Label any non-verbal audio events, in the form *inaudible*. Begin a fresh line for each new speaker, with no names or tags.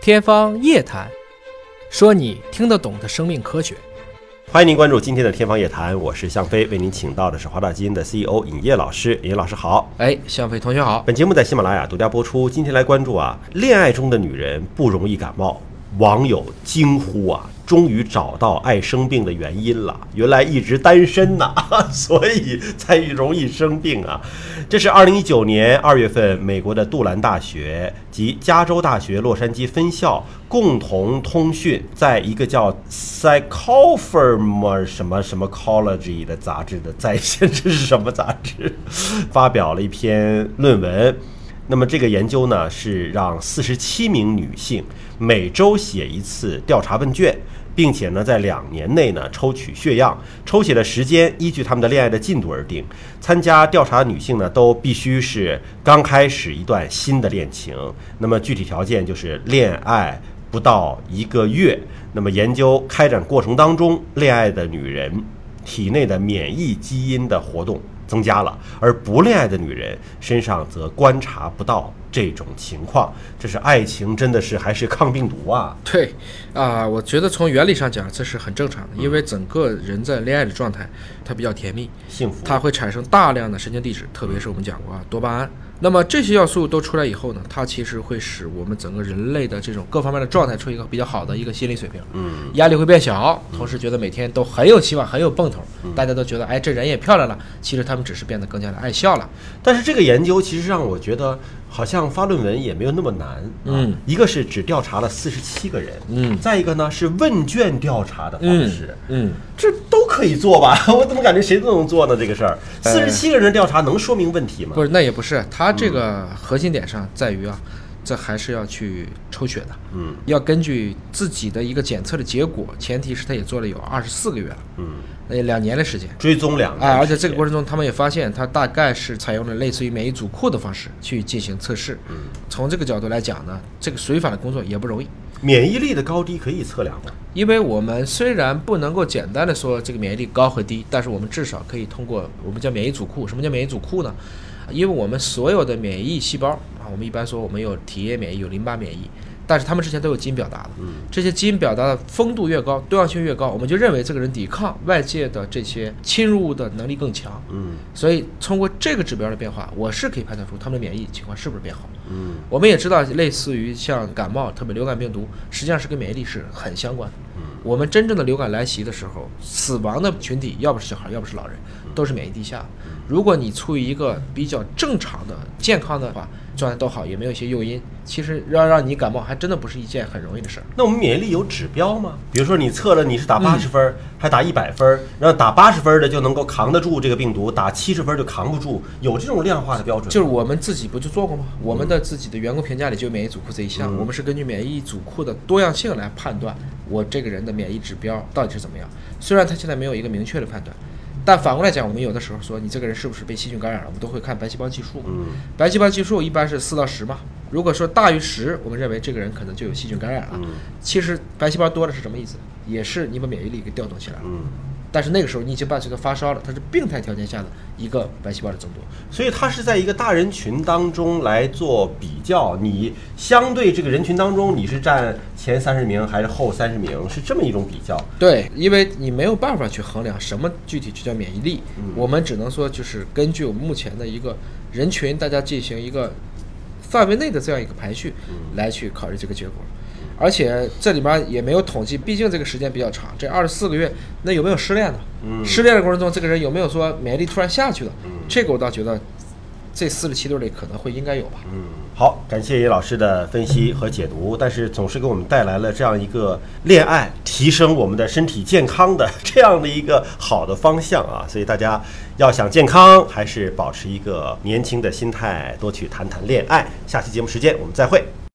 天方夜谭，说你听得懂的生命科学。
欢迎您关注今天的《天方夜谭》，我是向飞，为您请到的是华大基因的 CEO 尹烨老师。尹烨老师好。
哎，向飞同学好。
本节目在喜马拉雅独家播出。今天来关注啊，恋爱中的女人不容易感冒，网友惊呼啊，终于找到爱生病的原因了。原来一直单身呐、 *laughs* 所以才容易生病啊。这是二零一九年二月份，美国的杜兰大学及加州大学洛杉矶分校共同通讯，在一个叫 Psychopherm 什么什么 College 的杂志的在线，这是什么杂志？发表了一篇论文。那么这个研究呢，是让四十七名女性每周写一次调查问卷，并且呢，在两年内呢抽取血样，抽血的时间依据她们的恋爱的进度而定。参加调查的女性呢，都必须是刚开始一段新的恋情。那么具体条件就是恋爱不到一个月。那么研究开展过程当中，恋爱的女人体内的免疫基因的活动增加了，而不恋爱的女人身上则观察不到这种情况。这是爱情真的是还是抗病毒
*laughs*
啊？
对，啊、我觉得从原理上讲，这是很正常的，因为整个人在恋爱的状态，它比较甜蜜，
幸福
它会产生大量的神经递质，特别是我们讲过啊，多巴胺。那么这些要素都出来以后呢，它其实会使我们整个人类的这种各方面的状态处于一个比较好的一个心理水平，嗯，压力会变小，同时觉得每天都很有希望，很有奔头，大家都觉得哎这人也漂亮了，其实他们只是变得更加的爱笑了，
但是这个研究其实让我觉得，好像发论文也没有那么难。啊
嗯，
一个是只调查了四十七个人，
嗯
再一个呢是问卷调查的方式，
嗯。
这都可以做吧？ *laughs* 我怎么感觉谁都能做呢？这个事儿，
呃
四十七个人调查能说明问题吗？
不是，那也不是，它这个核心点上在于啊，这还是要去抽血的，
嗯
要根据自己的一个检测的结果，前提是他也做了有二十四个月了，
嗯，
那两年的时间。
追踪两个
哎，
人
而且这个过程中，他们也发现，他大概是采用了类似于免疫组库的方式去进行测试。嗯，从这个角度来讲呢，这个随访的工作也不容易，
免疫力的高低可以测量吗？
因为我们虽然不能够简单的说这个免疫力高和低，但是我们至少可以通过我们叫免疫组库。什么叫免疫组库呢？因为我们所有的免疫细胞啊，我们一般说我们有体液免疫，有淋巴免疫，但是它们之前都有基因表达的。这些基因表达的丰度越高，多样性越高，我们就认为这个人抵抗外界的这些侵入物的能力更强。
嗯
所以通过这个指标的变化，我是可以判断出他们的免疫情况是不是变好。
嗯
我们也知道，类似于像感冒，特别流感病毒，实际上是跟免疫力是很相关的。我们真正的流感来袭的时候，死亡的群体要不是小孩，要不是老人，都是免疫低下。如果你处于一个比较正常的、健康的话，状态都好，也没有一些诱因，其实要让你感冒，还真的不是一件很容易的事儿。
那我们免疫力有指标吗？比如说你测了你是打
嗯
八十分儿，还打一百分儿，然后打八十分儿的就能够扛得住这个病毒，打七十分儿就扛不住，有这种量化的标准吗？
就是我们自己不就做过吗？我们的
嗯
自己的员工评价里就有免疫组库这一项，我们是根据免疫组库的多样性来判断我这个人的免疫指标到底是怎么样。虽然他现在没有一个明确的判断，但反过来讲，我们有的时候说你这个人是不是被细菌感染了，我们都会看白细胞计数嘛。
嗯
白细胞计数一般是四到十嘛，如果说大于十，我们认为这个人可能就有细菌感染了。
嗯
其实白细胞多了是什么意思？也是你把免疫力给调动起来了。
嗯。
但是那个时候你已经伴随着发烧了，它是病态条件下的一个白细胞的增多。
所以它是在一个大人群当中来做比较，你相对这个人群当中，你是占前三十名还是后三十名，是这么一种比较。
对，因为你没有办法去衡量什么具体就叫免疫力，我们只能说就是根据我们目前的一个人群，大家进行一个范围内的这样一个排序来去考虑这个结果。而且这里面也没有统计，毕竟这个时间比较长，这二十四个月，那有没有失恋呢？
嗯
失恋的过程中，这个人有没有说免疫力突然下去了？这个我倒觉得，这四十七对里可能会应该有吧。
嗯，好，感谢叶老师的分析和解读，但是总是给我们带来了这样一个恋爱提升我们的身体健康的这样的一个好的方向啊， *laughs* 所以大家要想健康，还是保持一个年轻的心态，多去谈谈恋爱。下期节目时间我们再会。